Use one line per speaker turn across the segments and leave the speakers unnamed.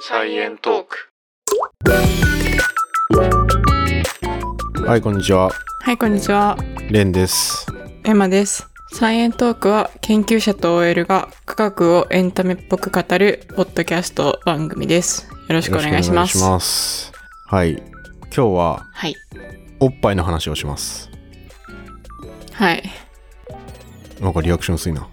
サイエントーク。
はい、こんにちは。
はい、こんにちは。
レンです。
エマです。サイエントークは研究者と OL が科学をエンタメっぽく語るポッドキャスト番組です。よろしくお願いします。
よろくお願いしますはい。今日は、
はい。
おっぱいの話をします。
はい。
なんかリアクション薄いな。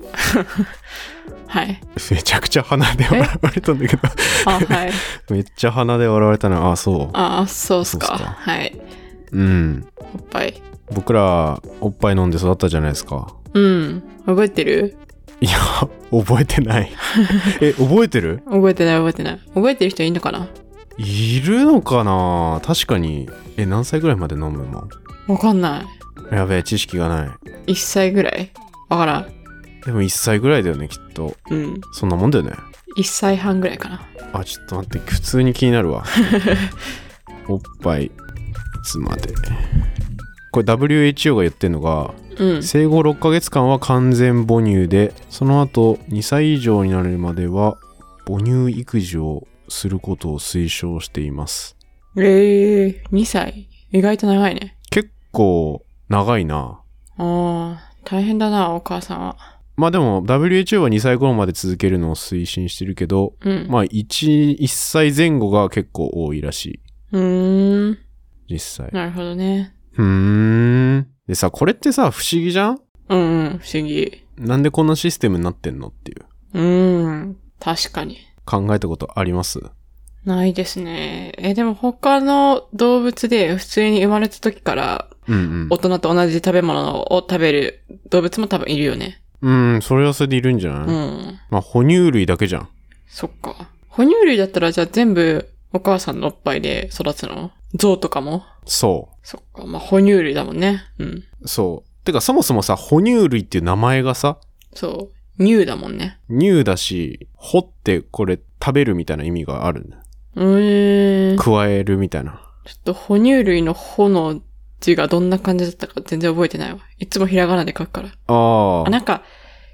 はい。
めちゃくちゃ鼻で笑われたんだけど。
あ、はい。
めっちゃ鼻で笑われたな。あ、そ
あ、そうっす
そう
か。
っすか
はい。
う。うん。
おっぱい。
僕ら、おっぱい飲んで育ったじゃないですか。
うん。覚えてる
いや、覚えて ない。え、覚えてる
覚えてない覚えてない。覚えてる人いるのかない
るのかな確かに。え、何歳ぐらいまで飲むの
わかんな
やべえ、知識がない。
い。1歳ぐらいわからん。
でも1歳ぐらいだよね、きっと。
うん。
そんなもんだよね。
1歳半ぐらいかな。
あ、ちょっと待って、普通に気にな るわ。おっぱい、いつまで。これ WHO が言ってるのが、
うん。
生後6ヶ月間は完全母乳で、その後2歳以上になるまでは母乳育児をすることを推奨しています。
ええー、2歳。意外と長いね。
結構長いな。
ああ、大変だな、お母さんは。
まあでも WHO は2歳頃まで続けるのを推進してるけど、
うん。
まあ 1, 1歳前後が結構多いらし
うーん。
い。実際。
なるほどね。
うーん。でさ、これってさ、不思議じゃん
うんうん、不思議。
なんでこんなシステムになってんのっていう。
うーん。確かに。
考えたことあります
ないですね。え、でも他の動物で普通に生まれた時から
うん
大人と同じ食べ物を食べる動物も多分いるよね。
うん。うん、それはそれでいるんじゃない、
うん。
まあ、哺乳類だけじゃん。
そっか。哺乳類だったらじゃあ全部お母さんのおっぱいで育つの象とかも
そ
そっか。まあ、哺乳類だもんね。うん。
う。そう。てか、そもそもさ、哺乳類っていう名前がさ、
そう。乳だもんね。
乳だし、掘ってこれ食べるみたいな意味があるんだよ。
うーん。
加えるみたいな。
ちょっと哺乳類の哺の字がどんな感じだったか全然覚えてないわ。いつもひらがなで書くから。
あ
あ、
あ。
なんか、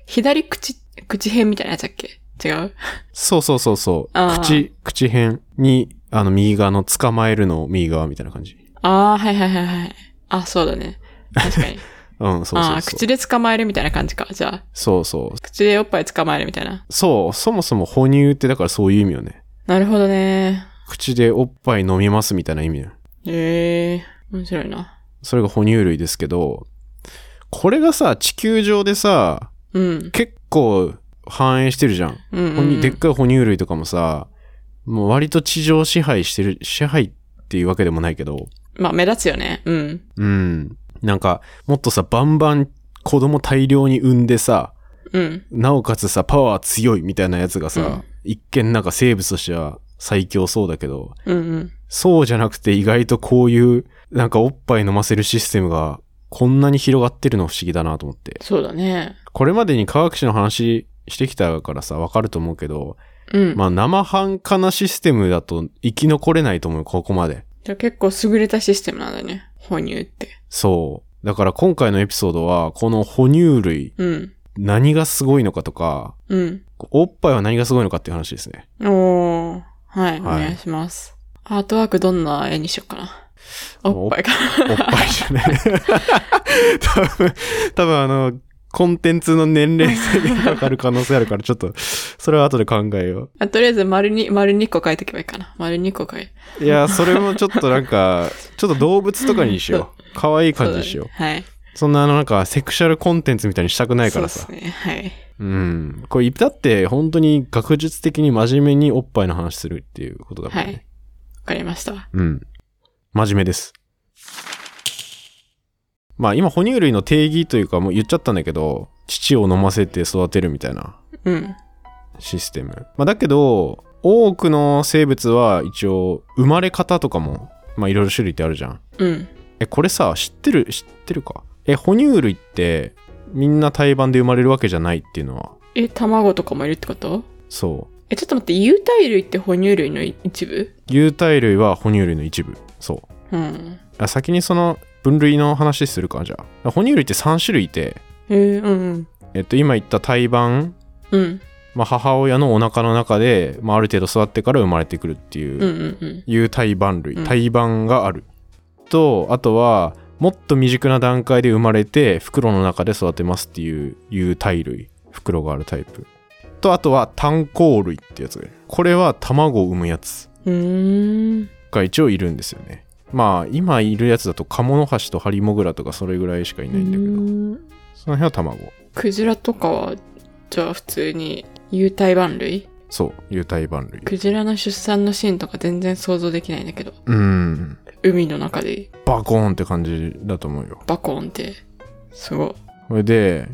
左口、口辺みたいなやつだっけ違う
そうそうそうそう。
あー
口、口辺に、あの、右側の捕まえるのを右側みたいな感じ。
ああ、はいはいはいはい。あ、そうだね。確かに。
うん、 そうそうそう。
ああ、口で捕まえるみたいな感じか。じゃあ、
そうそう。
口でおっぱい捕まえるみたいな。
そう、そもそも哺乳ってだからそういう意味よね。
なるほどね。
口でおっぱい飲みますみたいな意味だよ
ええー、面白いな。
それが哺乳類ですけど、これがさ、地球上でさ、
うん。
結構繁栄してるじゃん。
うん、
哺
う
乳
ん。
でっかい哺乳類とかもさ、もう割と地上支配してる、支配っていうわけでもないけど、
まあ、目立つよね。うん。
うん。なんか、もっとさ、バンバン子供大量に産んでさ、
うん。
なおかつさ、パワー強いみたいなやつがさ、
うん
一見なんか生物としては最強そうだけど、
うんうん。
そうじゃなくて意外とこういう、なんかおっぱい飲ませるシステムがこんなに広がってるの不思議だなと思って。
そうだね。
これまでに科学史の話してきたからさ、わかると思うけど、
うん。
まあ生半可なシステムだと生き残れないと思う、ここまで。
じゃあ結構優れたシステムなんだね。哺乳って。
そう。だから今回のエピソードは、この哺乳類、
うん。
何がすごいのかとか、
うん。
おっぱいは何がすごいのかっていう話ですね。
おー。は
はい
い、お願いします。アートワークどんな絵にしようかな。おっぱいか
おっぱいじゃない。 多分、多分あの、コンテンツの年齢制限がかかる可能性あるから、ちょっと、それは後で考えよ
な。 とりあえず丸に、丸2個書いとけばいいかな。丸2個書い。
う。いや、それもちょっとなんか、ちょっと動物とかにしよう。可愛い感じにしよう。
そうだねはい。
そんなあのなんか、セクシャルコンテンツみたいにしたくないからさ。
そうですね。はい。
うん。これ、だって、本当に学術的に真面目におっぱいの話するっていうことだか
は
ら
い。
ね。
わかりました。
うん。真面目です。まあ今、哺乳類の定義というかもう言っちゃったんだけど、乳を飲ませて育てるみたいな
うん。
システム。まあだけど、多くの生物は一応、生まれ方とかも、まあいろいろ種類ってあるじゃん。
うん。
え、これさ、知ってる、知ってるかえ、哺乳類って、みんな胎盤で生まれるわけじゃないっていうのは、
え、卵とかもいるってこと
そ
え、ちょっと待って、有袋類って哺乳類の一部
う。有袋類は哺乳類の一部。そう。
うん。
あ先にその分類の話するか、じゃあ。哺乳類って3種類いて、
えー、うん
えっと、今言った胎盤
うん。うん。
まあ、母親のお腹の中で、まあ、ある程度育ってから生まれてくるっていう、
うんうんうん。
いう胎盤類、
うん
胎盤があるとあとはもっと未熟な段階で生まれて袋の中で育てますっていういう体類袋があるタイプとあとは炭鉱類ってやつがいるこれは卵を産むやつ
うーん。
が一応いるんですよねまあ今いるやつだとカモノハシとハリモグラとかそれぐらいしかいないんだけど
うーん
その辺は卵
クジラとかは、じゃあ普通に、有体盤類
そういう胎盤類
クジラの出産のシーンとか全然想像できないんだけど、
うん
海の中で
バコーンって感じだと思うよ
バコーンって、すごい。
それで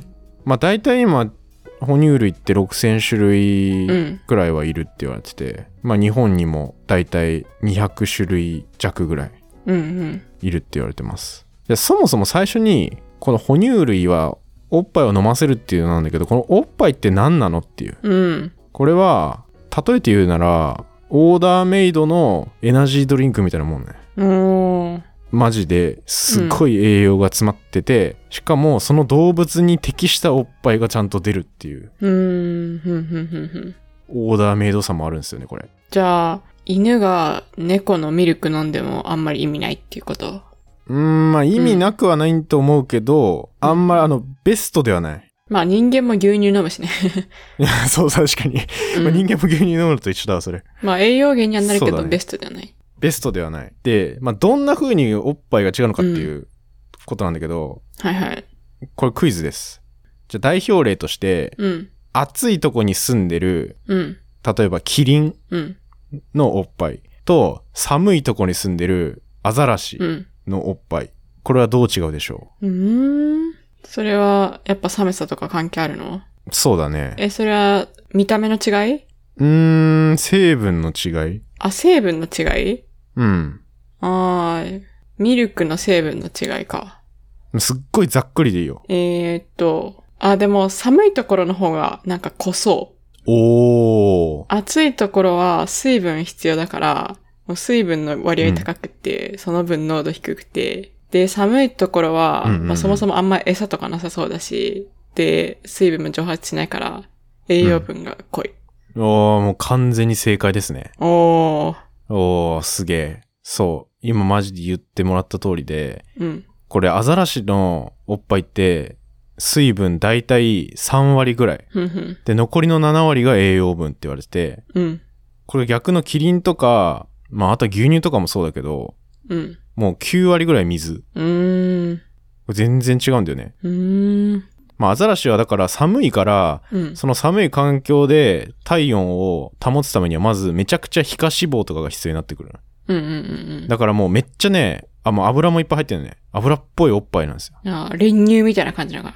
まあ大体今哺乳類って6,000種類
うん。
くらいはいるって言われてて、まあ日本にも大体200種類弱ぐらい
うんうん。
いるって言われてますでそもそも最初にこの哺乳類はおっぱいを飲ませるっていうのなんだけどこのおっぱいって何なのっていう
うん。
これは例えて言うならオーダーメイドのエナジードリンクみたいなもんね
おー。
マジですっごい栄養が詰まってて、しかもその動物に適したおっぱいがちゃんと出るっていう
うーん。ふんふんふんふん。
オーダーメイドさもあるんですよねこれ
じゃあ、犬が猫のミルク飲んでもあんまり意味ないっていうこと
うーんまあ意味なくはないと思うけど、
うん
あんまりあのベストではない
まあ人間も牛乳飲むしね。
いやそう確かに、
う ん
まあ人間も牛乳飲むのと一緒だわそれ
まあ栄養源にはなるけ
そう
ど
だね
ベストじゃない。
ベストではないで、まあ、どんな風におっぱいが違うのかっていうことなんだけど、
はいはい。
これクイズですじゃあ代表例として
うん。
暑いとこに住んでる
うん。
例えばキリン
うん。
のおっぱいと寒いとこに住んでるアザラシ
うん。
のおっぱいこれはどう違うでしょ
うーん。それは、やっぱ寒さとか関係あるの
うそうだね
え、それは、見た目の違いう
ーん成分の違い
あ、成分の違い
うん
あー、ミルクの成分の違いか。
すっごいざっくりでいいよ
えー、っと、あ、でも寒いところの方がなんか濃そう。
おー
暑いところは水分必要だから、もう水分の割合高くて、その分濃度低くて、で、寒いところは、
うんうんうん
まあ、そもそもあんま餌とかなさそうだし、で、水分も蒸発しないから、栄養分が濃い。
おーもう完全に正解ですね
おー、
おーすげえそう今マジで言ってもらった通りで
うん。
これアザラシのおっぱいって水分大体3割ぐらい
ふんふん。
で残りの7割が栄養分って言われてて
うん。
これ逆のキリンとかまああとは牛乳とかもそうだけど
うん。
もう9割ぐらい水
うーん。
これ全然違うんだよね
うーん。
まあアザラシはだから寒いから
うん。
その寒い環境で体温を保つためにはまずめちゃくちゃ皮下脂肪とかが必要になってくる
うんうんうん
だからもうめっちゃね、あ、もう油もいっぱい入ってるね。油っぽいおっぱいなんですよ。
うん。あー練乳みたいな感じだから。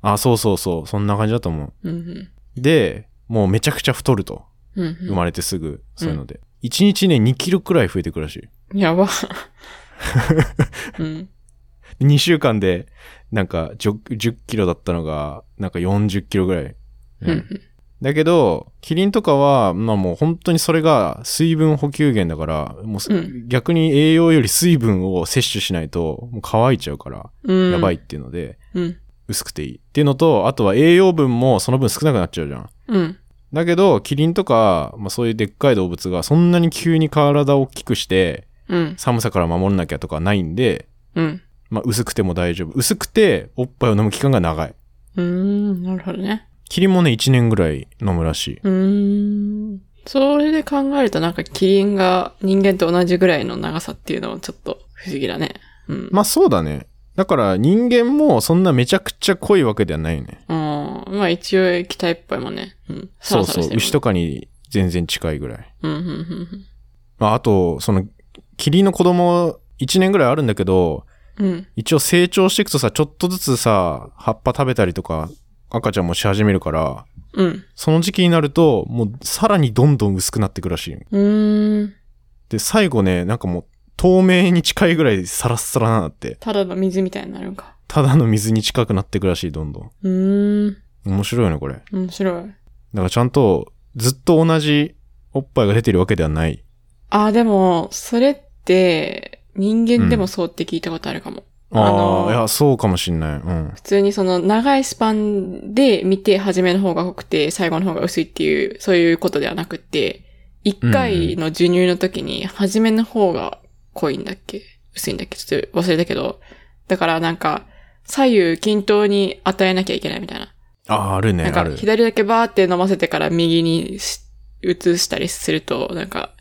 あ、そうそうそう、そんな感じだと思
うんうん。
う。で、もうめちゃくちゃ太ると。
うん、
生
う
まれてすぐ、そういうので。1日ね、2キロくらい増えてくらしい。
ん。やば。うん。
で2週間で、なんか10、10キロだったのが、なんか40キロぐらい。
うん
うんだけど、キリンとかは、まあもう本当にそれが水分補給源だから、もうす、
うん
逆に栄養より水分を摂取しないと、もう乾いちゃうから、
うん。うん
やばいっ。ていうので、
うん。
薄くていいっていうのとあとは栄養分もその分少なくなっちゃうじゃん
うん。
だけどキリンとか、まあ、そういうでっかい動物がそんなに急に体を大きくして
うん。
寒さから守らなきゃとかないんで、
うん。
まあ、薄くても大丈夫薄くておっぱいを飲む期間が長いう
ーん、なるほどね。
キリンもね1年ぐらい飲むらしいう
ーん。それで考えるとなんかキリンが人間と同じぐらいの長さっていうのはちょっと不思議だね。うん。
まあそうだねだから人間もそんなめちゃくちゃ濃いわけではないよね
うん。まあ一応液体っぽいもんね。うん。
そうそう牛と
か。
かに全然近いぐらい
うん、うん、うん
まああとそのキリンの子供1年ぐらいあるんだけど
うん。うん。
一応成長していくとさ、ちょっとずつさ、葉っぱ食べたりとか、赤ちゃんもし始めるから、
うん。
その時期になると、もうさらにどんどん薄くなってくらしい。
うーん。
で、最後ね、なんかもう透明に近いぐらいサラッサラなんだって。
ただの水みたいになるんか。
ただの水に近くなってくらしい、どんどん。
うーん。
面白いね、これ。だか
面白い。
らちゃんと、ずっと同じおっぱいが出てるわけではない。
あ、でも、それって人間でもそうって聞いたことあるかも。
あ
あの
あいやそうかもしんないうん
普通にその長いスパンで見て初めの方が濃くて最後の方が薄いっていう、そういうことではなくて、一回の授乳の時に初めの方が濃いんだっけ薄いんだっけちょっと忘れたけど。だからなんか、左右均等に与えなきゃいけないみたいな。
あああるね
なん
あ
か
る
左だけバーって飲ませてから右にし移したりすると、なんか、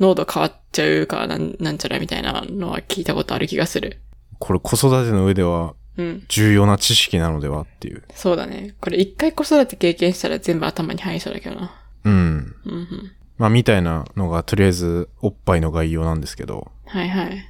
濃度変わっちゃうからなんなんちゃらみたいなのは聞いたことある気がする。
これ子育ての上では
うん。
重要な知識なのではっていう
そうだね。これ一回子育て経験したら全部頭に入りそうだけどな。
うん
うんうん。
まあみたいなのがとりあえずおっぱいの概要なんですけど
はいはい。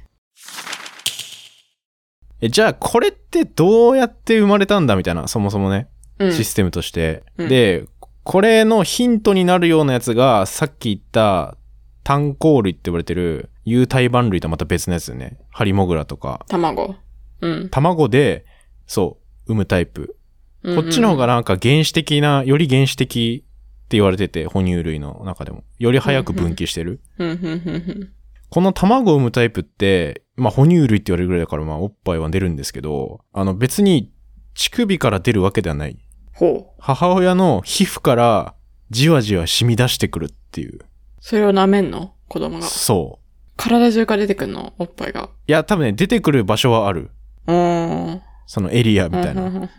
えじゃあこれってどうやって生まれたんだみたいなそもそもね
うん。
システムとして、
うん
でこれのヒントになるようなやつがさっき言った炭鉱類って呼ばれてる有胎盤類とはまた別のやつよねハリモグラとか
卵。うん。
卵でそう産むタイプ
こ
こっちの方がなんか原始的なより原始的って言われてて哺乳類の中でもより早く分岐してる、
うんうんうん
この卵を産むタイプって、まあ、哺乳類って言われるぐらいだから、まあ、おっぱいは出るんですけど、あの、別に、乳首から出るわけではない。
ほう。
母親の皮膚から、じわじわ染み出してくるっていう。
それを舐めんの子供が。
そう。
体中から出てくんのおっぱいが。
いや、多分ね、出てくる場所はある。
うーん。
そのエリアみたい
うんうん
な。
うんうん。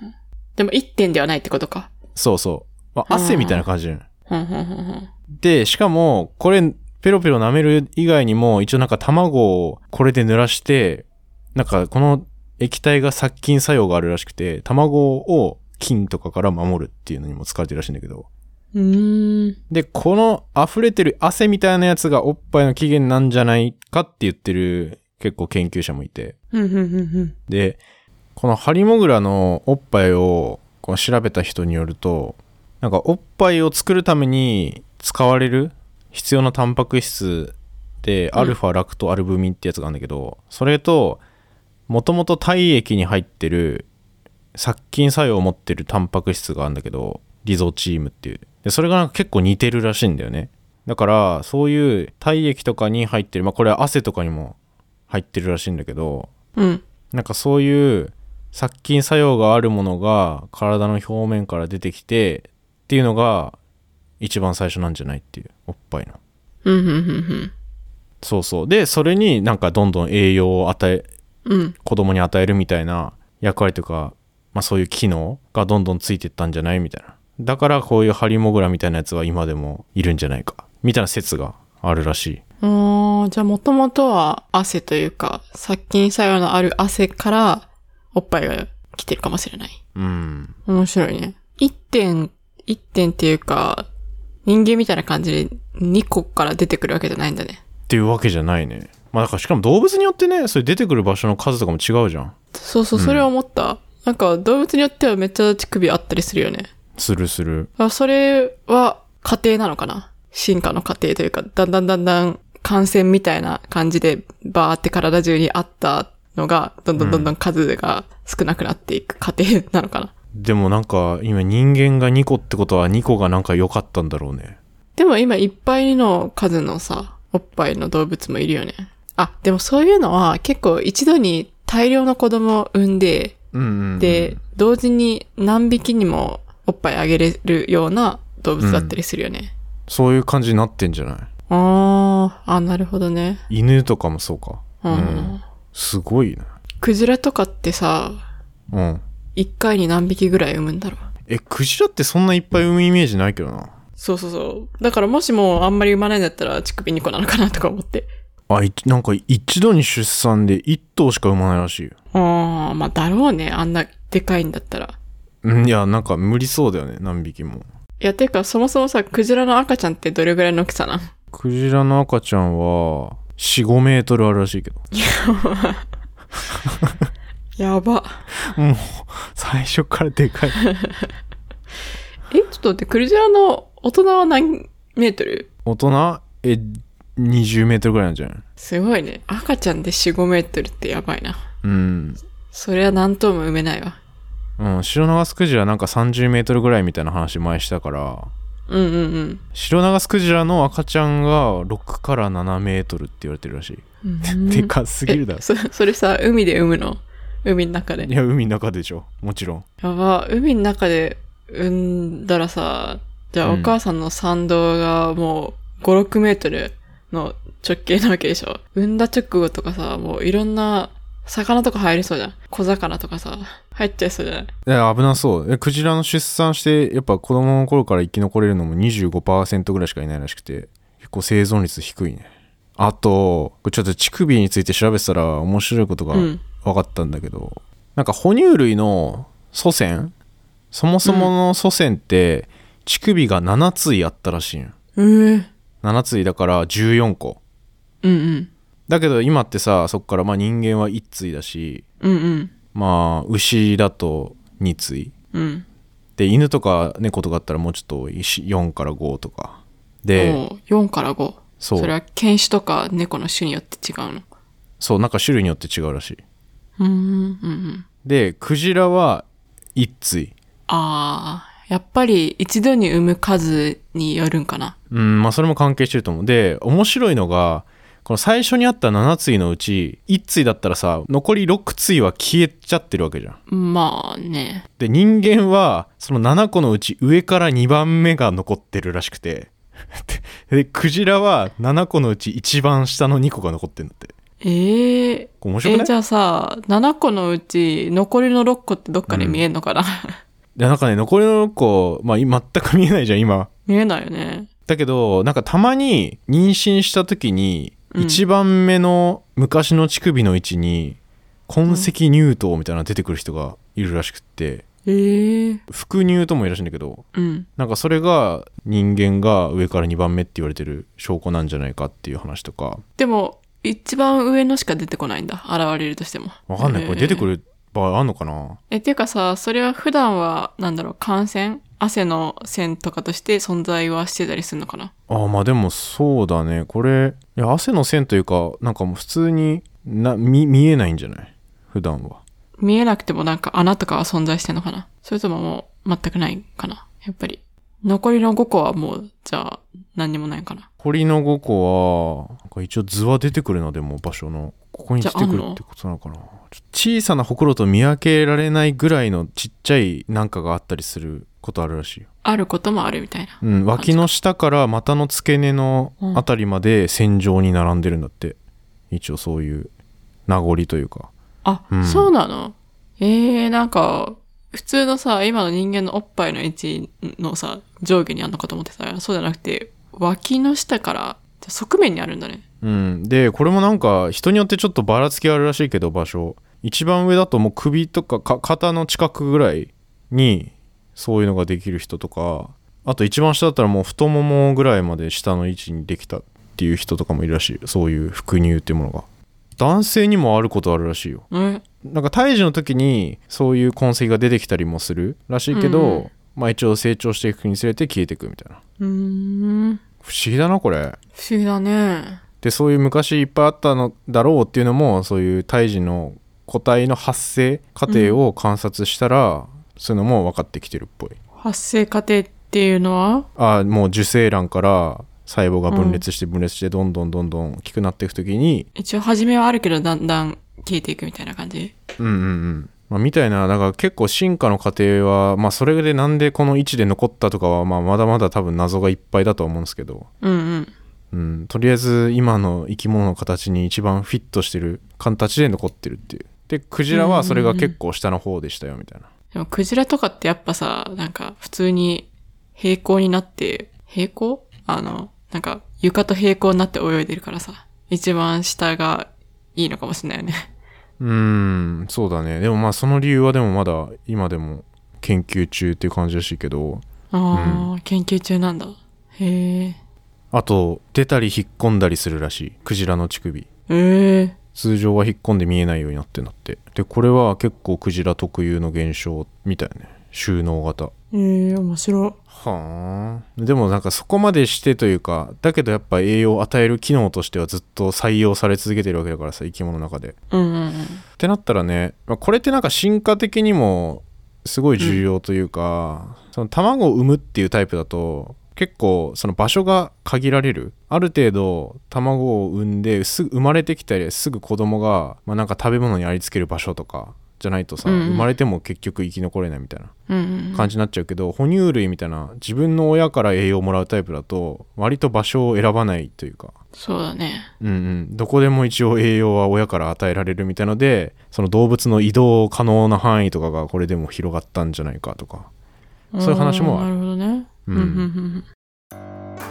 でも一点ではないってことか。
そうそう。まあ、汗みたいな感じだよね。
うんうんうんうん。
で、しかも、これ、ペロペロ舐める以外にも、一応なんか卵をこれで濡らして、なんかこの液体が殺菌作用があるらしくて、卵を菌とかから守るっていうのにも使われてるらしいんだけど。
うーん。
で、この溢れてる汗みたいなやつがおっぱいの起源なんじゃないかって言ってる結構研究者もいて。
うんうんうんうん。
でこのハリモグラのおっぱいをこう調べた人によるとなんかおっぱいを作るために使われる必要なタンパク質で
うん
アルファラクトアルブミンってやつがあるんだけど、それともともと体液に入ってる殺菌作用を持ってるタンパク質があるんだけどリゾチームっていうでそれがなんか結構似てるらしいんだよねだからそういう体液とかに入ってるまあこれは汗とかにも入ってるらしいんだけど
うん。
なんかそういう殺菌作用があるものが体の表面から出てきてっていうのが一番最初なんじゃないっていうおっぱいの
うんうんうん
そうそうでそれになんかどんどん栄養を与え
うん。うん。
子供に与えるみたいな役割とか、まあ、そういう機能がどんどんついてったんじゃないみたいなだからこういうハリモグラみたいなやつは今でもいるんじゃないかみたいな説があるらしい
あーじゃあもともとは汗というか、殺菌作用のある汗から、おっぱいが来てるかもしれない。
うん
面白いね。一点、一点っていうか、人間みたいな感じで二個から出てくるわけじゃないんだね。
っていうわけじゃないねまあだからしかも動物によってねそれ出てくる場所の数とかも違うじゃん
そうそう、それは思った。なんか動物によってはめっちゃ乳首あったりするよね。
するする
あそれは過程なのかな進化の過程というか、だんだんだんだん感染みたいな感じでバーって体中にあったのが、どんどんどんどん数が少なくなっていく過程なのかな。
でもなんか今人間が2個ってことは2個がなんか良かったんだろうね
でも今いっぱいの数のさ、おっぱいの動物もいるよね。あ、でもそういうのは結構一度に大量の子供を産んで、
うんうん、
で、同時に何匹にもおっぱいあげれるような動物だったりするよね。
そういう感じになってんじゃな
あーあ、なるほどね。
い犬とかもそうか
うん。
すごいな
クジラとかってさ、
うん
一回に何匹ぐらい産むんだろう。
えクジラってそんないっぱい産むイメージないけどな
そうそうそう。だからもしもあんまり産まないんだったら乳首2個なのかなとか思って。
あいなんか一度に出産で1頭しか産まないらしいよ
ああ、まあだろうね。あんなでかいんだったら。
うんいやなんか無理そうだよね何匹も
いや、てか、そもそもさ、クジラの赤ちゃんってどれぐらいの大きさなん
クジラの赤ちゃんは45メートルあるらしいけど
やば。
もう最初からでかい
え、ちょっと待って、クジラの大人は何メートル
大人え20メートルぐらいなんじゃない
すごいね。赤ちゃんで4、5メートルってやばいな。
うん
そりゃ何頭も産めないわ。
うん、シロナガスクジラなんか30メートルぐらいみたいな話前したから、
うんうんうん。
シロナガスクジラの赤ちゃんが6から7メートルって言われてるらしい。
うん
でかすぎるだろ
え。そそれさ海で産むの海の中で
い。や、海の中でしょ。もちろん。
やば、海の中で産んだらさ、じゃあ
う
お
ん
母さんの産道がもう5、6メートルの直径なわけでしょ。産んだ直後とかさ、もういろんな魚とか入りそうじゃん。小魚とかさ、入っちゃいそうじゃない
いや危なそう。えクジラの出産して、やっぱ子供の頃から生き残れるのも25%ぐらいしかいないらしくて、結構生存率低いね。あと、これちょっと乳首について調べてたら面白いことが
うん
分かったんだけど、なんか哺乳類の祖先そもそもの祖先って、乳首が7ついあったらしいんよ。
うー
7ついだから14個。
うんうん。
だけど今ってさ、そっからまあ人間は1ついだし、
うんうん。
まあ牛だと2つい。
うん。
で犬とか猫とかだったらもうちょっと多いし4から5とかで
もう4から5。
そう
れは犬種とか猫の種によって違うの。
そうなんか種類によって違うらしいう
ーん、うんうん。
でクジラは1対
あー、やっぱり一度に産む数によるんかな。
うんまあそれも関係してると思うで面白いのがこの最初にあった7対のうち1対だったらさ残り6対は消えちゃってるわけじゃん
まあね。
で人間はその7個のうち上から2番目が残ってるらしくて でクジラは7個のうち一番下の2個が残ってるんだって
ええ
これ面白く
え
ない
じゃあさ、7個のうち残りの6個ってどっかで見えん のかな、
いやなんかね残りの6個、まあ、い全く見えないじゃん今
見えないよね。
だけどなんかたまに妊娠した時に
うん
1番目の昔の乳首の位置に痕跡乳頭みたいなのが出てくる人がいるらしくって
ええ
副乳ともいるらしいんだけど
うん。
なんかそれが人間が上から2番目って言われてる証拠なんじゃないかっていう話とか
でも、一番上のしか出てこないんだ。現れるとしても。
わかんないこれ出てく
る。
る場合あんのかな
え、っていうかさ、それは普段は、なんだろう、感染汗の線とかとして存在はしてたりするのかな
あーまあでもそうだねこれいや汗の線というかなんかもう普通にな見見えないんじゃない普段は
見えなくてもなんか穴とかは存在してんのかなそれとももう全くないかなやっぱり。残りの5個はもう、じゃあ、何にもないかな
堀の5個はなんか一応図は出てくるなでも場所のここに来てくるってことなのかなちょ小さなほくろと見分けられないぐらいのちっちゃいなんかがあったりすることあるらしいよ、
あることもあるみたいな。
うん、脇の下から股の付け根のあたりまで線状に並んでるんだって、一応そういう名残というか
あ、
うん
そうなのええー、なんか、普通のさ、今の人間のおっぱいの位置のさ、上下にあんのかと思ってたそうじゃなくて、脇の下から、じゃあ側面にあるんだね。
うん、でこれもなんか人によってちょっとばらつきあるらしいけど場所一番上だともう首とかか肩の近くぐらいにそういうのができる人とかあと一番下だったらもう太ももぐらいまで下の位置にできたっていう人とかもいるらしいそういう副乳っていうものが男性にもあることあるらしいよ
え
なんか胎児の時にそういう痕跡が出てきたりもするらしいけど、
うん
まあ一応成長していくにつれて消えていくみたいな
うーん。
不思議だなこれ
不思議だね。
でそういう昔いっぱいあったのだろうっていうのもそういう胎児の個体の発生過程を観察したら、そういうのも分かってきてるっぽい
発生過程っていうのは
あもう受精卵から細胞が分裂して分裂してどんどんどんどん大きくなっていく時に、
一応初めはあるけど、だんだん消えていくみたいな感じ。
うん、うんうんまあ、みたいなだから結構進化の過程は、まあ、それでなんでこの位置で残ったとかは、まあ、まだまだ多分謎がいっぱいだとは思うんですけど、
うんうん。
うん、とりあえず今の生き物の形に一番フィットしてる形で残ってるっていうでクジラはそれが結構下の方でしたよみたいな、
でもクジラとかってやっぱさ、なんか普通に平行になって、平行あの、なんか床と平行になって泳いでるからさ、一番下がいいのかもしれないよね。
うんそうだねでもまあその理由はでもまだ今でも研究中っていう感じらしいけど
ああ、研究中なんだ。へえ。
あと出たり引っ込んだりするらしいクジラの乳首
ええ
通常は引っ込んで見えないようになってんだってでこれは結構クジラ特有の現象みたいね収納型
ええ面白い。
はあでもなんかそこまでしてというかだけどやっぱ栄養を与える機能としてはずっと採用され続けてるわけだからさ生き物の中で。っ
うんうん
てなったらね、まあこれってなんか進化的にもすごい重要というか、その卵を産むっていうタイプだと結構その場所が限られるある程度卵を産んですぐ生まれてきたりすぐ子供がまあなんか食べ物にありつける場所とかじゃないとさ、
うんうん
生まれても結局生き残れないみたいな
うんうんうん。
感じになっちゃうけど、哺乳類みたいな自分の親から栄養をもらうタイプだと割と場所を選ばないというか、
そうだね。
うんうん、どこでも一応栄養は親から与えられるみたいのでその動物の移動可能な範囲とかがこれでも広がったんじゃないかとかそういう話もある
うんなるほどね。
う
うんんうんうん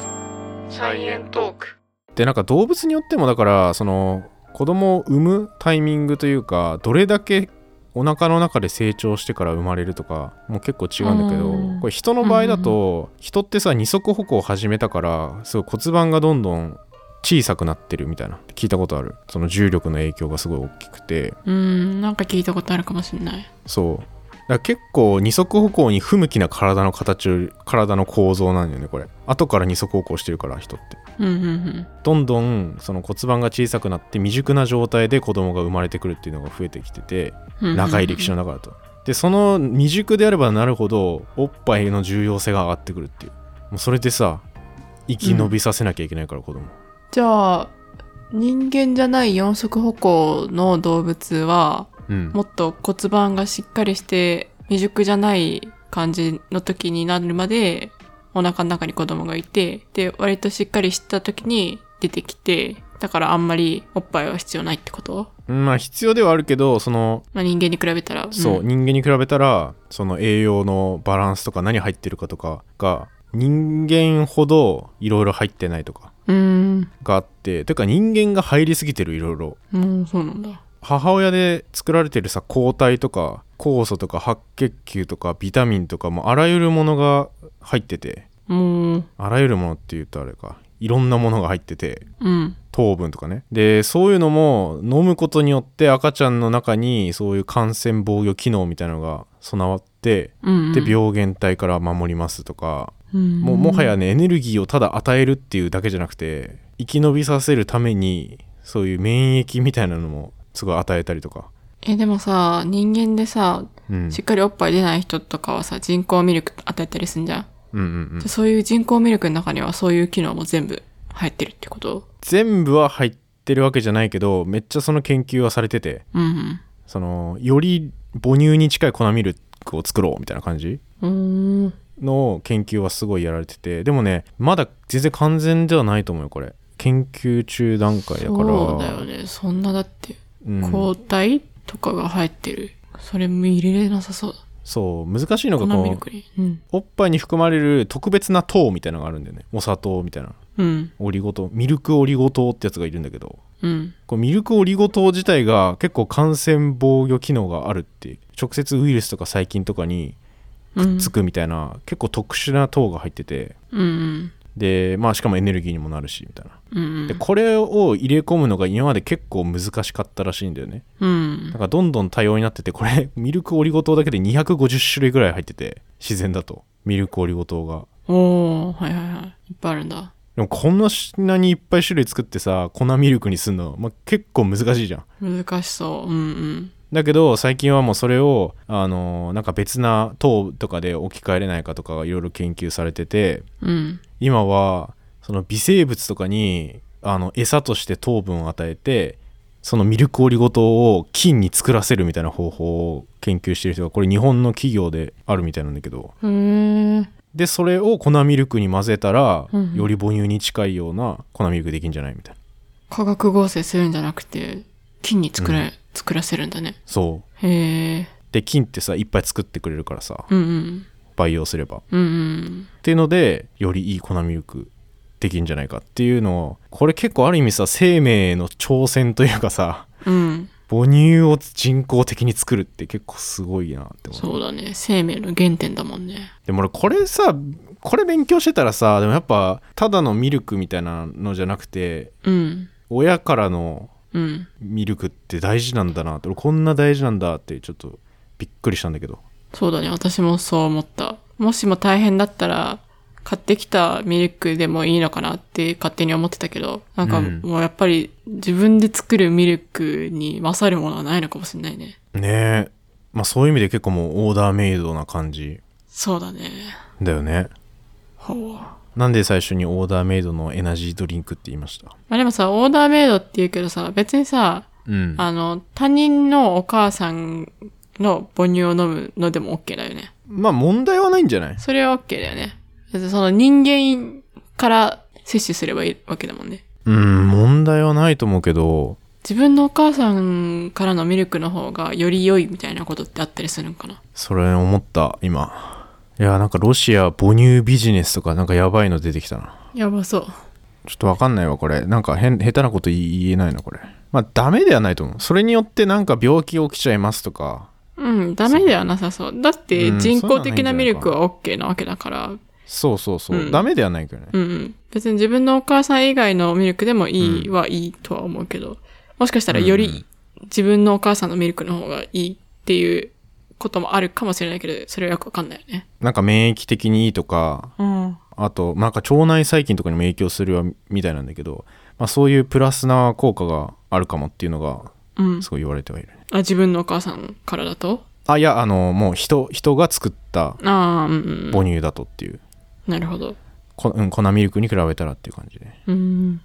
うん。サイエントーク。
でなんか動物によってもだからその子供を産むタイミングというかどれだけお腹の中で成長してから生まれるとかもう結構違うんだけど、
うん
これ人の場合だと、人ってさ二足歩行を始めたからすごい骨盤がどんどん小さくなってるみたいな聞いたことあるその重力の影響がすごい大きくて
うん、なんか聞いたことあるかもしれない。
そうだから結構二足歩行に不向きな体の形を体の構造なんだよねこれ後から二足歩行してるから人って。
うんうんうん。
どんどんその骨盤が小さくなって未熟な状態で子供が生まれてくるっていうのが増えてきてて
うんうんうん
長い歴史の中だと。でその未熟であればなるほどおっぱいの重要性が上がってくるっていうもうそれでさ生き延びさせなきゃいけないから子供、
じゃあ、人間じゃない四足歩行の動物は、
うん
もっと骨盤がしっかりして、未熟じゃない感じの時になるまで、お腹の中に子供がいて、で、割としっかりした時に出てきて、だからあんまりおっぱいは必要ないってこと
うんまあ必要ではあるけどその
まあ人間に比べたら。
そう、
ん
人間に比べたらその栄養のバランスとか何入ってるかとかが人間ほどいろいろ入ってないとか
うーん。
があっててか人間が入りすぎてるいろいろ
もうそうなんだ。
母親で作られてるさ抗体とか酵素とか白血球とかビタミンとかもうあらゆるものが入ってて
もう、
あらゆるものって言うとあれかいろんなものが入ってて
うん。
糖分とかねでそういうのも飲むことによって赤ちゃんの中にそういう感染防御機能みたいなのが備わって
うん、うん。
で病原体から守りますとか、
うん。
もうもはやねエネルギーをただ与えるっていうだけじゃなくて生き延びさせるためにそういう免疫みたいなのもすごい与えたりとか。
え、でもさ、人間でさ、
うん
しっかりおっぱい出ない人とかはさ、人工ミルク与えたりすんじゃん。
うんうんうん
じゃあそういう人工ミルクの中にはそういう機能も全部入ってるってこと
全部は入ってるわけじゃないけどめっちゃその研究はされてて
うん
そのより母乳に近い粉ミルクを作ろうみたいな感じ
うん。うーん。
の研究はすごいやられててでもねまだ全然完全ではないと思うよこれ研究中段階だから
そうだよね。そんなだって、
うん
抗体とかが入ってる。それも入れれなさそうだ。
そう難しいの
粉
がこ
ミル
の
クに。うん。
おっぱいに含まれる特別な糖みたいなのがあるんだよねお砂糖みたいな
うん。
オリゴ糖ミルクオリゴ糖ってやつがいるんだけど
うん。
こうミルクオリゴ糖自体が結構感染防御機能があるって直接ウイルスとか細菌とかに
うん。
つくみたいな、結構特殊な糖が入ってて
うん。
でまあしかもエネルギーにもなるしみたいな
うん。
でこれを入れ込むのが今まで結構難しかったらしいんだよね
うん
だ。からどんどん多様になっててこれ ミルクオリゴ糖だけで250種類ぐらい入ってて自然だとミルクオリゴ糖が
おー、はいはいはい。いっぱいあるんだ。
でもこんなにいっぱい種類作ってさ粉ミルクにすんの、まあ、結構難しいじゃん
難しそう。うん
だけど最近はもうそれをあのーなんか別な糖とかで置き換えれないかとかがいろいろ研究されてて
うん。うん。
今はその微生物とかにあの餌として糖分を与えてそのミルクオリゴ糖を菌に作らせるみたいな方法を研究してる人がこれ日本の企業であるみたいなんだけど
へー。
でそれを粉ミルクに混ぜたら
うんうん
より母乳に近いような粉ミルクできんじゃないみたいな
化学合成するんじゃなくて、菌に作ら、作らせるんだね。
そう
へえ。
で菌ってさいっぱい作ってくれるからさ
うんうん。
培養すれば
うんうん。
っていうのでよりいい粉ミルクできんじゃないかっていうのをこれ結構ある意味さ生命への挑戦というかさ
うん。
母乳を人工的に作るって結構すごいなって思う
そうだね。生命の原点だもんね。
でも俺これさこれ勉強してたらさでもやっぱただのミルクみたいなのじゃなくて
うん。
親からの
うん。
ミルクって大事なんだなって俺こんな大事なんだってちょっとびっくりしたんだけど
そうだね。私もそう思った。もしも大変だったら、買ってきたミルクでもいいのかなって勝手に思ってたけど、なんか
うん
もうやっぱり自分で作るミルクに勝るものはないのかもしれないね。
ねえまあそういう意味で結構もうオーダーメイドな感じ
そうだね。
だよね
ほう。
なんで最初にオーダーメイドのエナジードリンクって言いました
まあでもさ、オーダーメイドって言うけどさ、別にさ、
うん。
あの、他人のお母さんの母乳を飲むのでも OK だよね。
まあ問題はないんじゃない
それは OK だよね。だってその人間から摂取すればいいわけだもんね。
うん、問題はないと思うけど、
自分のお母さんからのミルクの方がより良いみたいなことってあったりするのかな
それ思った、今。いや、なんかロシア母乳ビジネスとかなんかやばいの出てきたな。
やばそう。
ちょっとわかんないわ、これ。なんか変、下手なこと言い言えないな、これ。まあダメではないと思う。それによってなんか病気起きちゃいますとか、
うん、ダメではなさそう。だって
うん
人工的なミルク
そ
は OK なわけだから、
そうそうそう。
うん
ダメではないけどね。
うんうん。別に自分のお母さん以外のミルクでもいいはいいとは思うけど、もしかしたらよ
うんうん
り自分のお母さんのミルクの方がいいっていうこともあるかもしれないけど、それはよくわかんないよね。
なんか免疫的にいいとか、
うん。
あと、まあなんか腸内細菌とかにも影響するわみたいなんだけど、まあ、そういうプラスな効果があるかもっていうのが
うん。
すごい言われてはいるね、
あ、自分のお母さんからだと
あいやあのもう人人が作った
ああ、うんうん。
母乳だとっていう、
なるほど。
こうん、粉ミルクに比べたらっていう感じで
うん。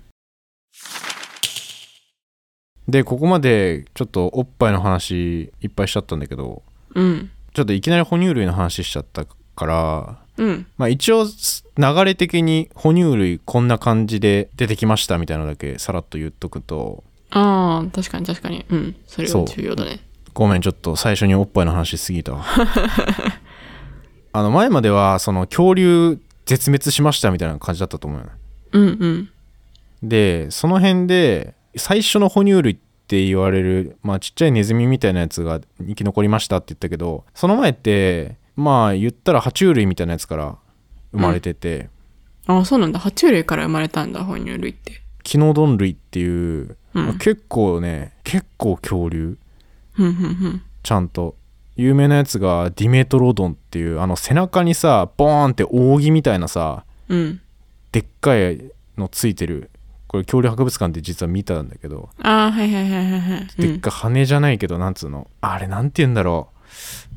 でここまでちょっとおっぱいの話いっぱいしちゃったんだけど
うん。
ちょっといきなり哺乳類の話しちゃったから
うん。
まあ一応す流れ的に哺乳類こんな感じで出てきましたみたいなのだけさらっと言っとくと
ああ、確かに確かに。うん。それ
そ
は
う
重要だね。
ごめんちょっと最初におっぱいの話しすぎたわ あの前まではその恐竜絶滅しましたみたいな感じだったと思うよね
うんうん。
でその辺で最初の哺乳類って言われる、まあ、ちっちゃいネズミみたいなやつが生き残りましたって言ったけどその前ってまあ言ったら爬虫類みたいなやつから生まれてて、
ああ、そうなんだ。爬虫類から生まれたんだ、哺乳類って。
キノドン類っていう、
うん
まあ結構ね結構恐竜
うんうんうん。
ちゃんと有名なやつがディメトロドンっていうあの背中にさボーンって扇みたいなさ
うん。
でっかいのついてるこれ恐竜博物館で実は見たんだけど、
ああ、はいはいはいはいはい。う
でっ
ん
か羽じゃないけどなんつうのあれなんて言うんだろう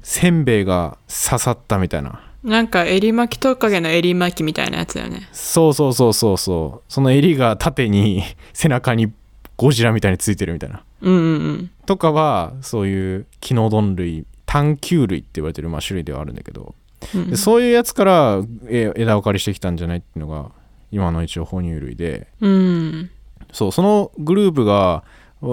せんべいが刺さったみたいな
なんか、襟巻きトカゲの襟巻きみたいなやつだよね。
そうそうそうそうそうその襟が縦に背中にゴジラみたいについてるみたいな
うんうんうん。
とかはそういうキノドン類探球類って言われてる、まあ、種類ではあるんだけど
うん
でそういうやつからえ枝分かれしてきたんじゃないっていうのが今の一応哺乳類で
うん。
そうそのグループが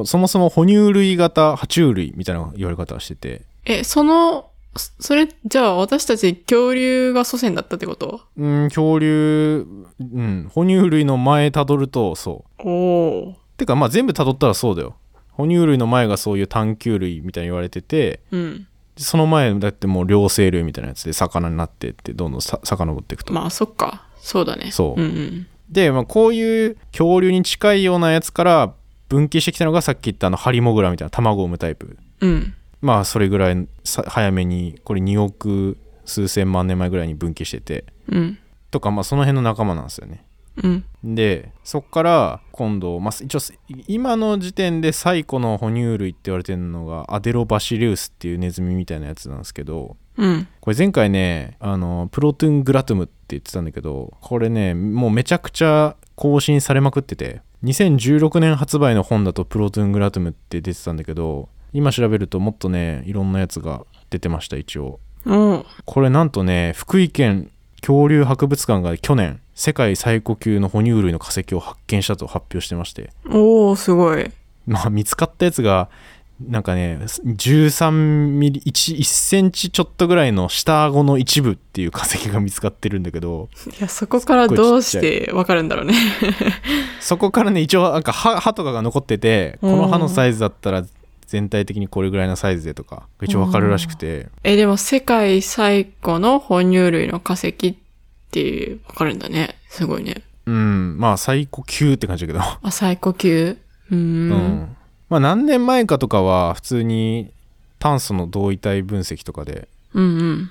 そもそも哺乳類型爬虫類みたいな言われ方をしてて
え、その、そそれ、じゃあ私たち恐竜が祖先だったってこと
うん恐竜うん哺乳類の前たどるとそ
お
う
お
てかまあ全部たどったらそうだよ哺乳類の前がそういう探球類みたいに言われてて
ー。うん。
その前だってもう両生類みたいなやつで魚になってってどんどんさ遡っていくと
まあ、そっか。そうだね。
そう
うんうん。
で、まあ、こういう恐竜に近いようなやつから分岐してきたのがさっき言ったあのハリモグラみたいな卵を産むタイプ
うん。
まあそれぐらいさ早めにこれ2億数千万年前ぐらいに分岐してて
うん。
とかまあその辺の仲間なんですよね
うん。
でそっから今度、まあ、一応今の時点で最古の哺乳類って言われてるのがアデロバシリウスっていうネズミみたいなやつなんですけど
うん。
これ前回ねあのプロトゥングラトゥムって言ってたんだけどこれねもうめちゃくちゃ更新されまくってて2016年発売の本だとプロトゥングラトゥムって出てたんだけど今調べるともっとねいろんなやつが出てました一応
おー
これなんとね福井県恐竜博物館が去年世界最古級の哺乳類の化石を発見したと発表してまして
おー、すごい。
まあ見つかったやつがなんかね13ミリ 1, 1センチちょっとぐらいの下顎の一部っていう化石が見つかってるんだけど
いや、そこからどうしてわかるんだろうね。
そこからね一応なんか歯歯とかが残っててこの歯のサイズだったら全体的にこれぐらいのサイズでとか一応わかるらしくて
え、でも世界最古の哺乳類の化石っていう、わかるんだね。すごいね。
うんまあ最古級って感じだけど
あ、最古級う
う
ー,、
んんまあ何年前かとかは普通に炭素の同位体分析とかで
うん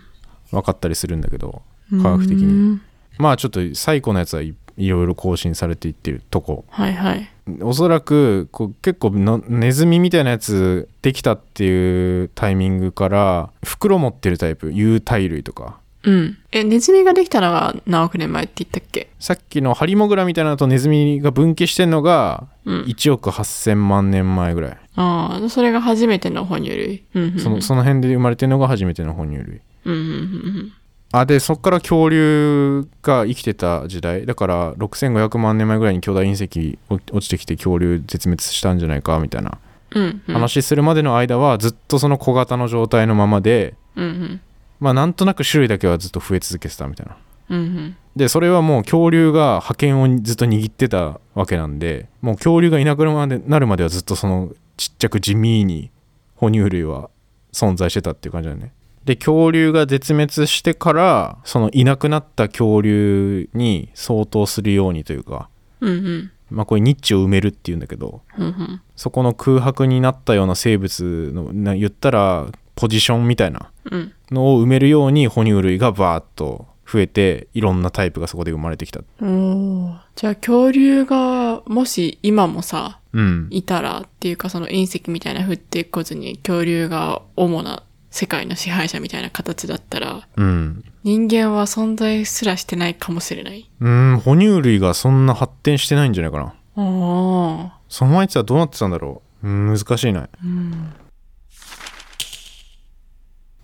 分かったりするんだけど
うん。
科学的に
うん。
まあちょっと最古のやつはいいろいろ更新されていってるとこ
はいはい。
おそらくこう結構のネズミみたいなやつできたっていうタイミングから袋持ってるタイプ有袋類とか
うん。え、ネズミができたのが何億年前って言ったっけ
さっきのハリモグラみたいなのとネズミが分岐してんのが
うん。
1億8000万年前ぐらい、
ああ、それが初めての哺乳類。うんうんうん。
そのその辺で生まれてるのが初めての哺乳類
うんうんうん
あでそっから恐竜が生きてた時代だから6500万年前ぐらいに巨大隕石落落ちてきて恐竜絶滅したんじゃないかみたいな
うん。うんうん。
話するまでの間はずっとその小型の状態のままで
うんうん。
まあなんとなく種類だけはずっと増え続けてたみたいな
うんうん。
でそれはもう恐竜が覇権をずっと握ってたわけなんでもう恐竜がいなくなるまでなるまではずっとそのちっちゃく地味に哺乳類は存在してたっていう感じだよねで恐竜が絶滅してからそのいなくなった恐竜に相当するようにというか
うんうん。
まあこれニッチを埋めるっていうんだけど
うんうん。
そこの空白になったような生物のな言ったらポジションみたいな
うん。
のを埋めるように哺乳類がバーッと増えていろんなタイプがそこで生まれてきた
おーじゃあ恐竜がもし今もさ、
うん
いたらっていうかその隕石みたいな降ってこずに恐竜が主な世界の支配者みたいな形だったら、
うん
人間は存在すらしてないかもしれない。
うん哺乳類がそんな発展してないんじゃないかな
ああ。
その前ってはどうなってたんだろううん難しいな
うん。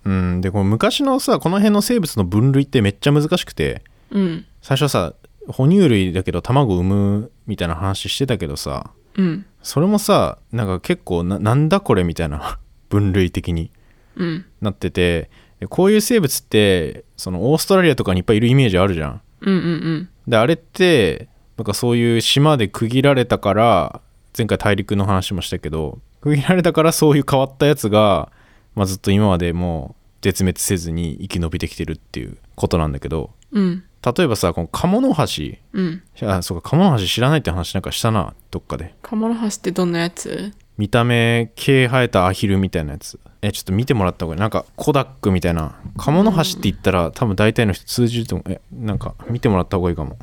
うんでこの昔のさこの辺の生物の分類ってめっちゃ難しくて
うん。
最初さ哺乳類だけど卵を産むみたいな話してたけどさ
うん。
それもさなんか結構ななんだこれみたいな 分類的に
うん。
なっててでこういう生物ってそのオーストラリアとかにいっぱいいるイメージあるじゃん
うんうん
であれってなんかそういう島で区切られたから前回大陸の話もしたけど区切られたからそういう変わったやつが、まあ、ずっと今までもう絶滅せずに生き延びてきてるっていうことなんだけど
うん。うん。
例えばさこのカモノハシ
うん。
あそうかカモノハシ知らないって話なんかしたなどっかで
カモノハシってどんなやつ
見た目毛生えたアヒルみたいなやつえちょっと見てもらった方がいいなんかコダックみたいなカモノハシって言ったら多分大体の人通じると思うえなんか見てもらった方がいいかも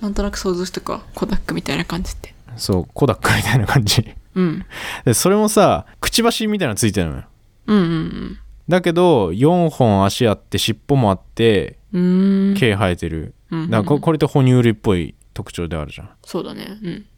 なんとなく想像してか、コダックみたいな感じって。
そうコダックみたいな感じ
うん。
でそれもさくちばしみたいなのついてるのよ
うんうん
だけど4本足あって尻尾もあって
うん。うーん。
毛生えてる、
うんうん
なんかここれって哺乳類っぽい特徴であるじゃん
そうだね。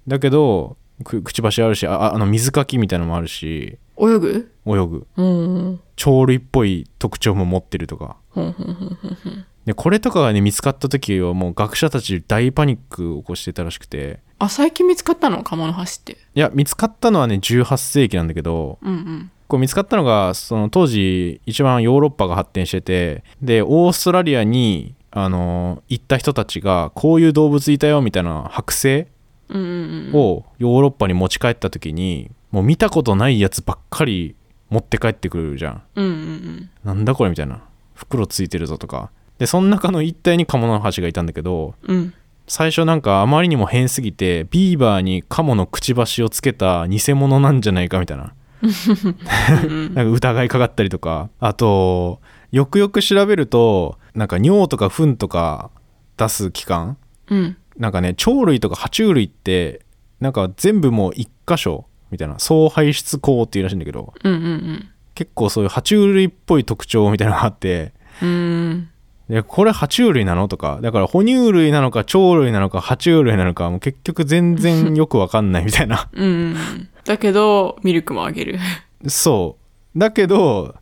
だけどくくちばしあるしあああの水かきみたいなのもあるし
うん。泳ぐ
泳ぐ
うん。
鳥類っぽい特徴も持ってるとか
ほんほんほんほんほん。
でこれとかがね見つかった時はもう学者たち大パニックを起こしてたらしくて
あ、最近見つかったのカモノハシって。
いや見つかったのはね18世紀なんだけど
うん
こう見つかったのがその当時一番ヨーロッパが発展しててでオーストラリアにあの行った人たちがこういう動物いたよみたいな剥製
うん。うんうんうん。
をヨーロッパに持ち帰った時にもう見たことないやつばっかり持って帰ってくるじゃん
うんうん
なんだこれみたいな袋ついてるぞとかでその中の一体にカモノハシがいたんだけど
うん。うん。
最初なんかあまりにも変すぎてビーバーにカモのくちばしをつけた偽物なんじゃないかみたいななんか疑いかかったりとかあとよくよく調べるとなんか尿とか糞とか出す器官
うん。
なんかね鳥類とか爬虫類ってなんか全部もう一箇所みたいな総排出口っていうらしいんだけど
うんうん
結構そういう爬虫類っぽい特徴みたいなのがあって
うん。うん。
でこれ爬虫類なのとかだから哺乳類なのか鳥類なのか爬虫類なのかもう結局全然よくわかんないみたいな
うんうん。だけど、ミルクもあげる。
そうだけど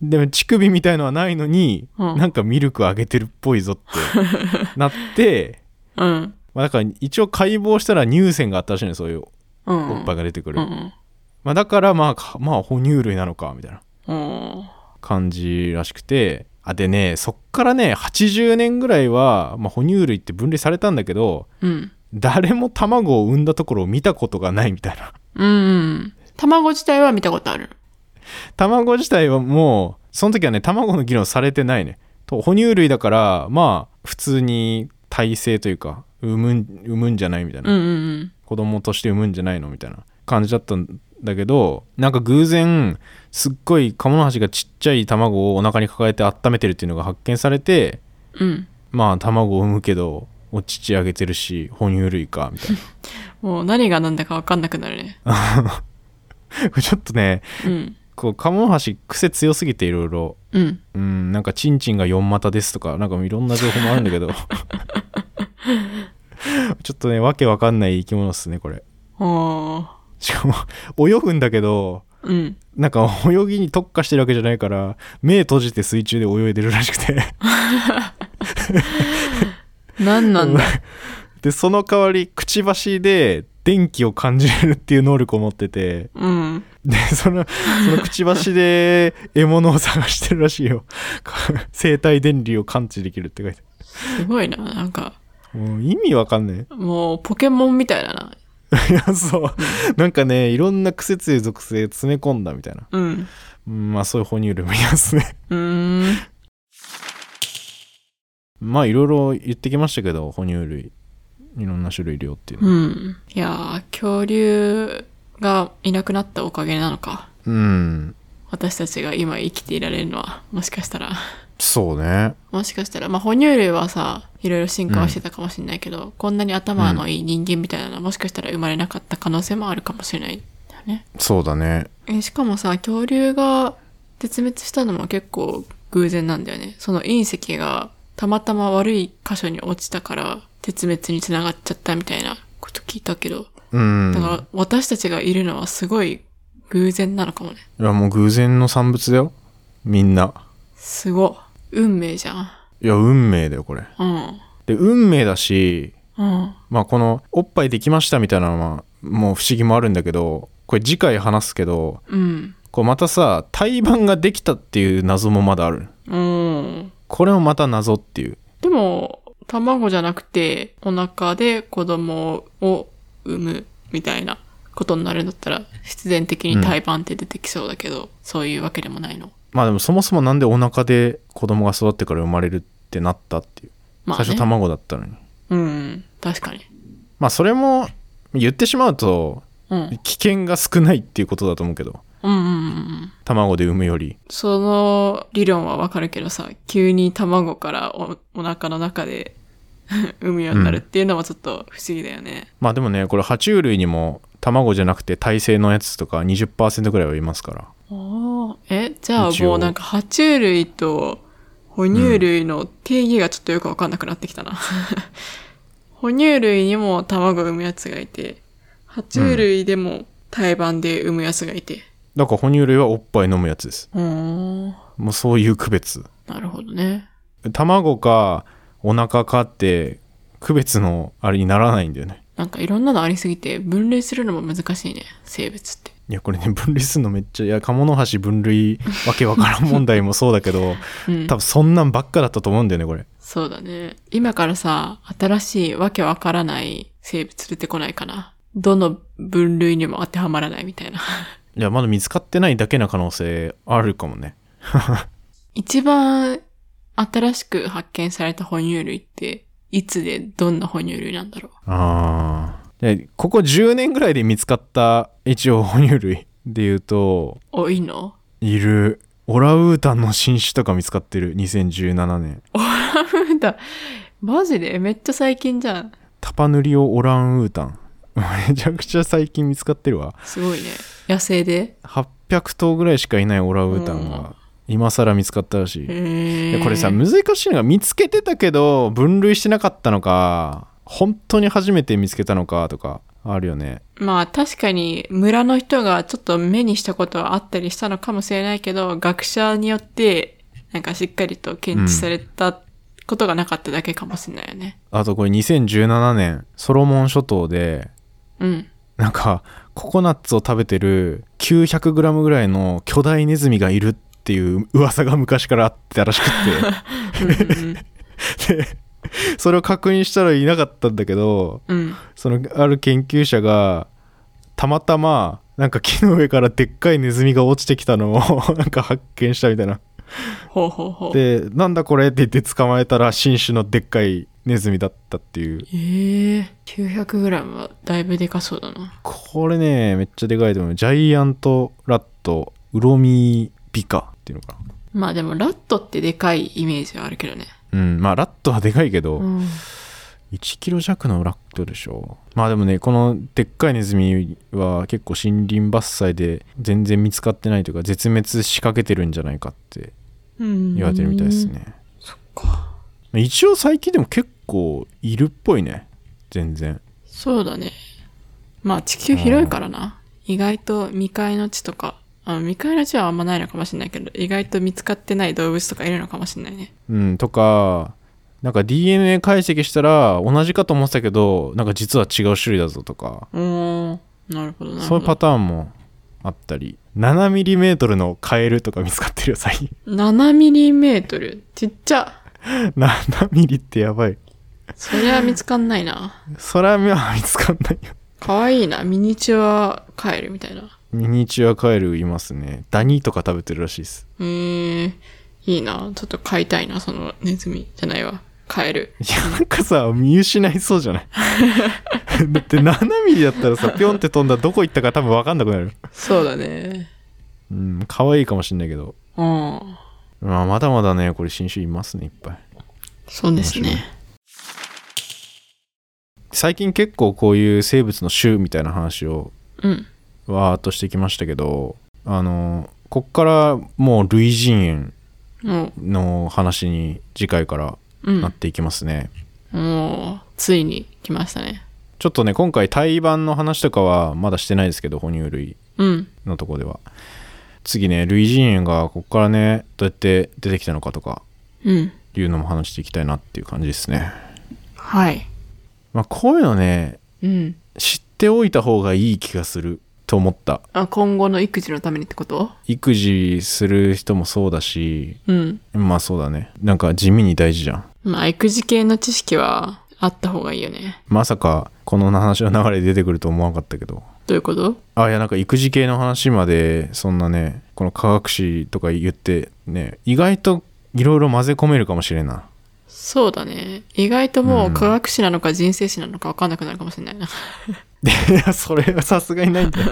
でも乳首みたいのはないのに、
うん
なんかミルクあげてるっぽいぞってな って、
うん。
まあ、だから一応解剖したら乳腺があったらしいねそういう
うん。
おっぱいが出てくる、
うん
まあ、だからまあかまあ哺乳類なのかみたいな
うん。うん。
感じらしくてあでねそっからね80年ぐらいは、まあ、哺乳類って分類されたんだけど
うん。
誰も卵を産んだところを見たことがないみたいな
うんうん。卵自体は見たことある。
卵自体はもうその時はね卵の議論されてないねと哺乳類だからまあ普通に体制というか産むん産むんじゃないみたいな、
うんうん
子供として産むんじゃないのみたいな感じだったんだけどなんか偶然すっごいカモノハシがちっちゃい卵をお腹に抱えて温めてるっていうのが発見されて
うん。うん。
まあ卵を産むけどお乳あげてるし哺乳類かみたいな
もう何が何だか分かんなくなるね。
これちょっとね
うん。
こうカモノハシ癖強すぎていろいろ
うん。
うんなんかチンチンが4股ですとかなんかもういろんな情報もあるんだけどちょっとねわけわかんない生き物っすねこれ
ああ。
しかも泳ぐんだけど
うん。
なんか泳ぎに特化してるわけじゃないから目閉じて水中で泳いでるらしくて
なんなんだ。
でその代わりくちばしで電気を感じれるっていう能力を持ってて
うん。
でそのそのくちばしで獲物を探してるらしいよ生体電流を感知できるって書いて
すごいな。なん
あ
か、
るもう意味わかんね
もうポケモンみたいだな。
えいやそうなんかねいろんな癖強い属性詰め込んだみたいな
うん。
うんまあそういう哺乳類もいますね
うーん。
まあいろいろ言ってきましたけど哺乳類いろんな種類いるよっていうの
うん。いやー、恐竜がいなくなったおかげなのか。
うん
私たちが今生きていられるのは、もしかしたら。
そうね
もしかしたら、まあ、哺乳類はさ、いろいろ進化はしてたかもしれないけど、こんなに頭のいい人間みたいなのはもしかしたら生まれなかった可能性もあるかもしれないんだよね。
そうだね
えしかもさ、恐竜が絶滅したのも結構偶然なんだよね。その隕石がたまたま悪い箇所に落ちたから、絶滅につながっちゃったみたいなこと聞いたけど、
うん
だから私たちがいるのはすごい偶然なのかもね。
いやもう偶然の産物だよみんな
すごい。運命じゃん。
いや運命だよこれ
うん。
で運命だし
うん。
まあこのおっぱいできましたみたいなのはもう不思議もあるんだけどこれ次回話すけど
うん。
こうまたさ胎盤ができたっていう謎もまだある
うん。
これもまた謎っていう
でも、卵じゃなくて、お腹で子供を産むみたいなことになるんだったら、必然的に胎盤って出てきそうだけど、そういうわけでもないの。
まあでもそもそもなんでお腹で子供が育ってから生まれるってなったっていう
まあ、ね、
最初卵だったのに
うん、確かに。
まあそれも言ってしまうと
うん。
危険が少ないっていうことだと思うけど
うんうんうんうん。
卵で産むより
その理論はわかるけどさ、急に卵からおお腹の中で 産むようになるっていうのはちょっと不思議だよね。
まあでもねこれ爬虫類にも卵じゃなくて耐性のやつとか20%ぐらいはいますから
おーえ、じゃあ
一応
もうなんか爬虫類と哺乳類の定義がちょっとよくわかんなくなってきた な。哺乳類にも卵を産むやつがいて、爬虫類でも胎盤で産むやつがいて。
だから哺乳類はおっぱい飲むやつです
うーん。
もうそういう区別
なるほどね。
卵かお腹かって区別のあれにならないんだよね
なんかいろんなのありすぎて分類するのも難しいね。生物って。
いやこれね分類するのめっちゃいや鴨の橋分類わけわからん問題もそうだけ ど
うん
多。分そんなんばっかだったと思うんだよねこれ
そうだね。今からさ、新しいわけわからない生物出てこないかな。どの分類にも当てはまらないみたいな。
いやまだ見つかってないだけな可能性あるかもね
一番新しく発見された哺乳類って、いつでどんな哺乳類なんだろ
ああでここ10年ぐらいで見つかった一応哺乳類で言うと
うお、いいの
いる。オランウータンの新種とか見つかってる。2017年。
だ、マジでめっちゃ最近じゃん。
タパヌリオオランウータン。 めちゃくちゃ最近見つかってるわ。
すごいね。野生で
800頭ぐらいしかいないオランウータンが、今更見つかったらしい。
へ
で
ー
これさ、難しいのが見つけてたけど、分類してなかったのか、本当に初めて見つけたのかとか、あるよね。
まあ確かに村の人がちょっと目にしたことはあったりしたのかもしれないけど、学者によって、なんかしっかりと検知されたことがなかっただけかもしれないよね。
あとこれ2017年、ソロモン諸島で、
うん。
なんかココナッツを食べてる 900g ぐらいの巨大ネズミがいるっていう噂が昔からあったらしく
うんうん
てでそれを確認したらいなかったんだけど
う ん。うん。
そのある研究者がたまたまなんか木の上からでっかいネズミが落ちてきたのをなんか発見したみたいな
ほうほうほう。
で「なんだこれ?」って言って捕まえたら新種のでっかいネズミだったっていう
ええー、900g はだいぶでかそうだな。
これねめっちゃでかいと思うジャイアントラットウロミビカっていうのかな
まあでもラットってでかいイメージはあるけどね。
うん、まあラットはでかいけど、
うん。
1キロ弱のラットでしょまあでもねこのでっかいネズミは結構森林伐採で全然見つかってないというか絶滅しかけてるんじゃないかって
言
言われてるみたいです。ね。
そっか。
一応最近でも結構いるっぽいね。全然。
そうだね。まあ地球広いからな。意外と未開の地とか、あ未開の地はあんまないのかもしれないけど、意外と見つかってない動物とかいるのかもしれないね。
うん、とか、なんか DNA 解析したら同じかと思ってたけど、なんか実は違う種類だぞとか、
おー、なるほどなるほど。
そういうパターンもあったり、7mm のカエルとか見つかってるよ、最近。
7ミリメートル。ちっちゃ。
7mm ってやばい。
そりゃ見つかんないな。
それは目は見つかんないよ。
かわいいな。ミニチュアカエルみたいな。
ミニチュアカエルいますね。ダニとか食べてるらしいです。
えー、いいな。ちょっと飼いたいな、そのネズミじゃないわ。カエル。
いや、なんかさ、見失いそうじゃない だって7ミリだったらさ、ぴょんって飛んだらどこ行ったか多分分かんなくなる。
そうだね。
うん、可愛いかもしんないけど。
うん。
まあ、まだまだね、これ新種いますね、いっぱい。
そうですね。
最近結構こういう生物の種みたいな話を
うん。
わーっとしてきましたけど、あの、こっからもう類人
も
猿の話に次回から
う、うん
なっ。ていきますね。
もう、ついに来ましたね。
ちょっとね、今回胎盤の話とかはまだしてないですけど、哺乳類。
うん。
のとこでは次ね類人猿がここからねどうやって出てきたのかとか
うん。
いうのも話していきたいなっていう感じですね
はい。
まあこういうのね
うん。
知っておいた方がいい気がすると思った
あ、今後の育児のためにってこと
育児する人もそうだし
うん。
まあそうだねなんか地味に大事じゃん
まあ、育児系の知識はあった方がいいよね。
まさかこの話の流れで出てくると思わなかったけど
どういうこと
あいやなんか育児系の話までそんなねこの科学史とか言ってね意外といろいろ混ぜ込めるかもしれんない
そうだね。意外とも
う
うん科学史なのか人生史なのか分かんなくなるかもしれないな。
いや、それはさすがにないんだよ。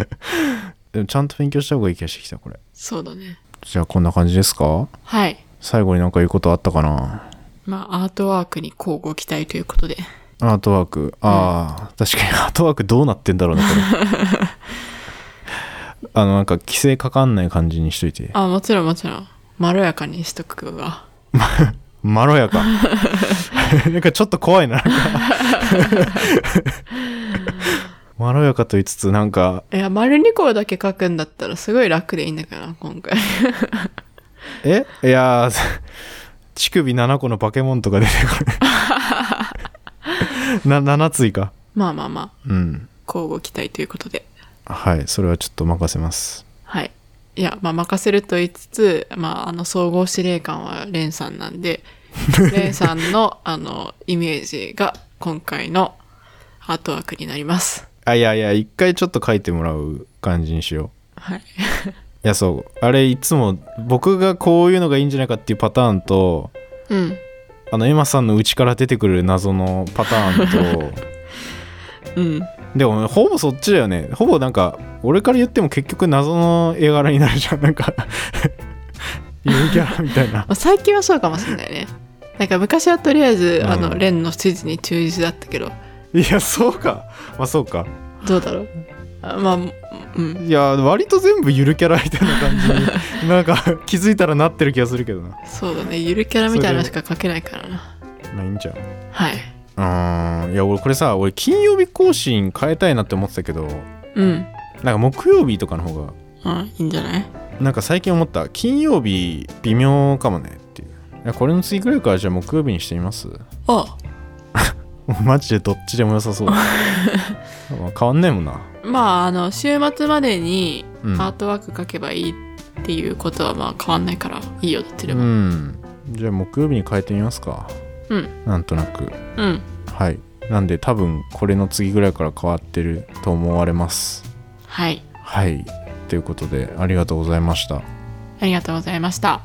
でもちゃんと勉強した方がいい気がしてきた、これ。
そうだね。
じゃあこんな感じですか
はい。
最後になんか言うことあったかな
まあ、アートワークに交互期待ということで。
アートワーク。ああ、確かに アートワークどうなってんだろうね、これ。あの、なんか規制かかんない感じにしといて。
あ、もちろんもちろん。まろやかにしとくが。
まろやか。 なんかちょっと怖いな。なんかまろやかと言いつつ、なんか、
いや、丸2個だけ書くんだったらすごい楽でいいんだから、今回。
えいやー乳首7個のバケモンとか出てくる な7ついか
まあまあまあ、
うん
交互期待ということで。
はいそれはちょっと任せます
はい。いや、まあ任せると言いつつ、まああの総合司令官はレンさんなんで、レンさんのあのイメージが今回のアートワークになります。
あいやいや一回ちょっと書いてもらう感じにしよ
はい。
ういやそうあれいつも僕がこういうのがいいんじゃないかっていうパターンと
うん。
あのエマさんの内から出てくる謎のパターン と
うん。
でもほぼそっちだよねほぼなんか俺から言っても結局謎の絵柄になるじゃんなんかユニキャラみたいな
まあ最近はそうかもしれないね。なんか昔はとりあえず、
うん
あの、レンの指示に忠実だったけど、
いやそうかまあそうか
どうだろうあまあ、うん。
いや割と全部ゆるキャラみたいな感じになんか気づいたらなってる気がするけどな
そうだね。ゆるキャラみたいなのしか書けないからな。
まあいいんじゃん
はい。
うーんいや俺これさ俺金曜日更新変えたいなって思ってたけど
うん。
なんか木曜日とかの方が
あいいんじゃない
なんか最近思った金曜日微妙かもねっていういやこれの次ぐらいからじゃあ木曜日にしてみます
あ
マジでどっちでも良さそう まあ変わんねえもんな
まあ、あの、週末までに
うん
アートワーク書けばいいっていうことはまあ変わんないからいいよ、どっちで
う
も。
んじゃあ木曜日に変えてみますか
うん。
なんとなく
うん。
はい。なんで多分これの次ぐらいから変わってると思われます。
はい。
はい。ということでありがとうございました。
ありがとうございました。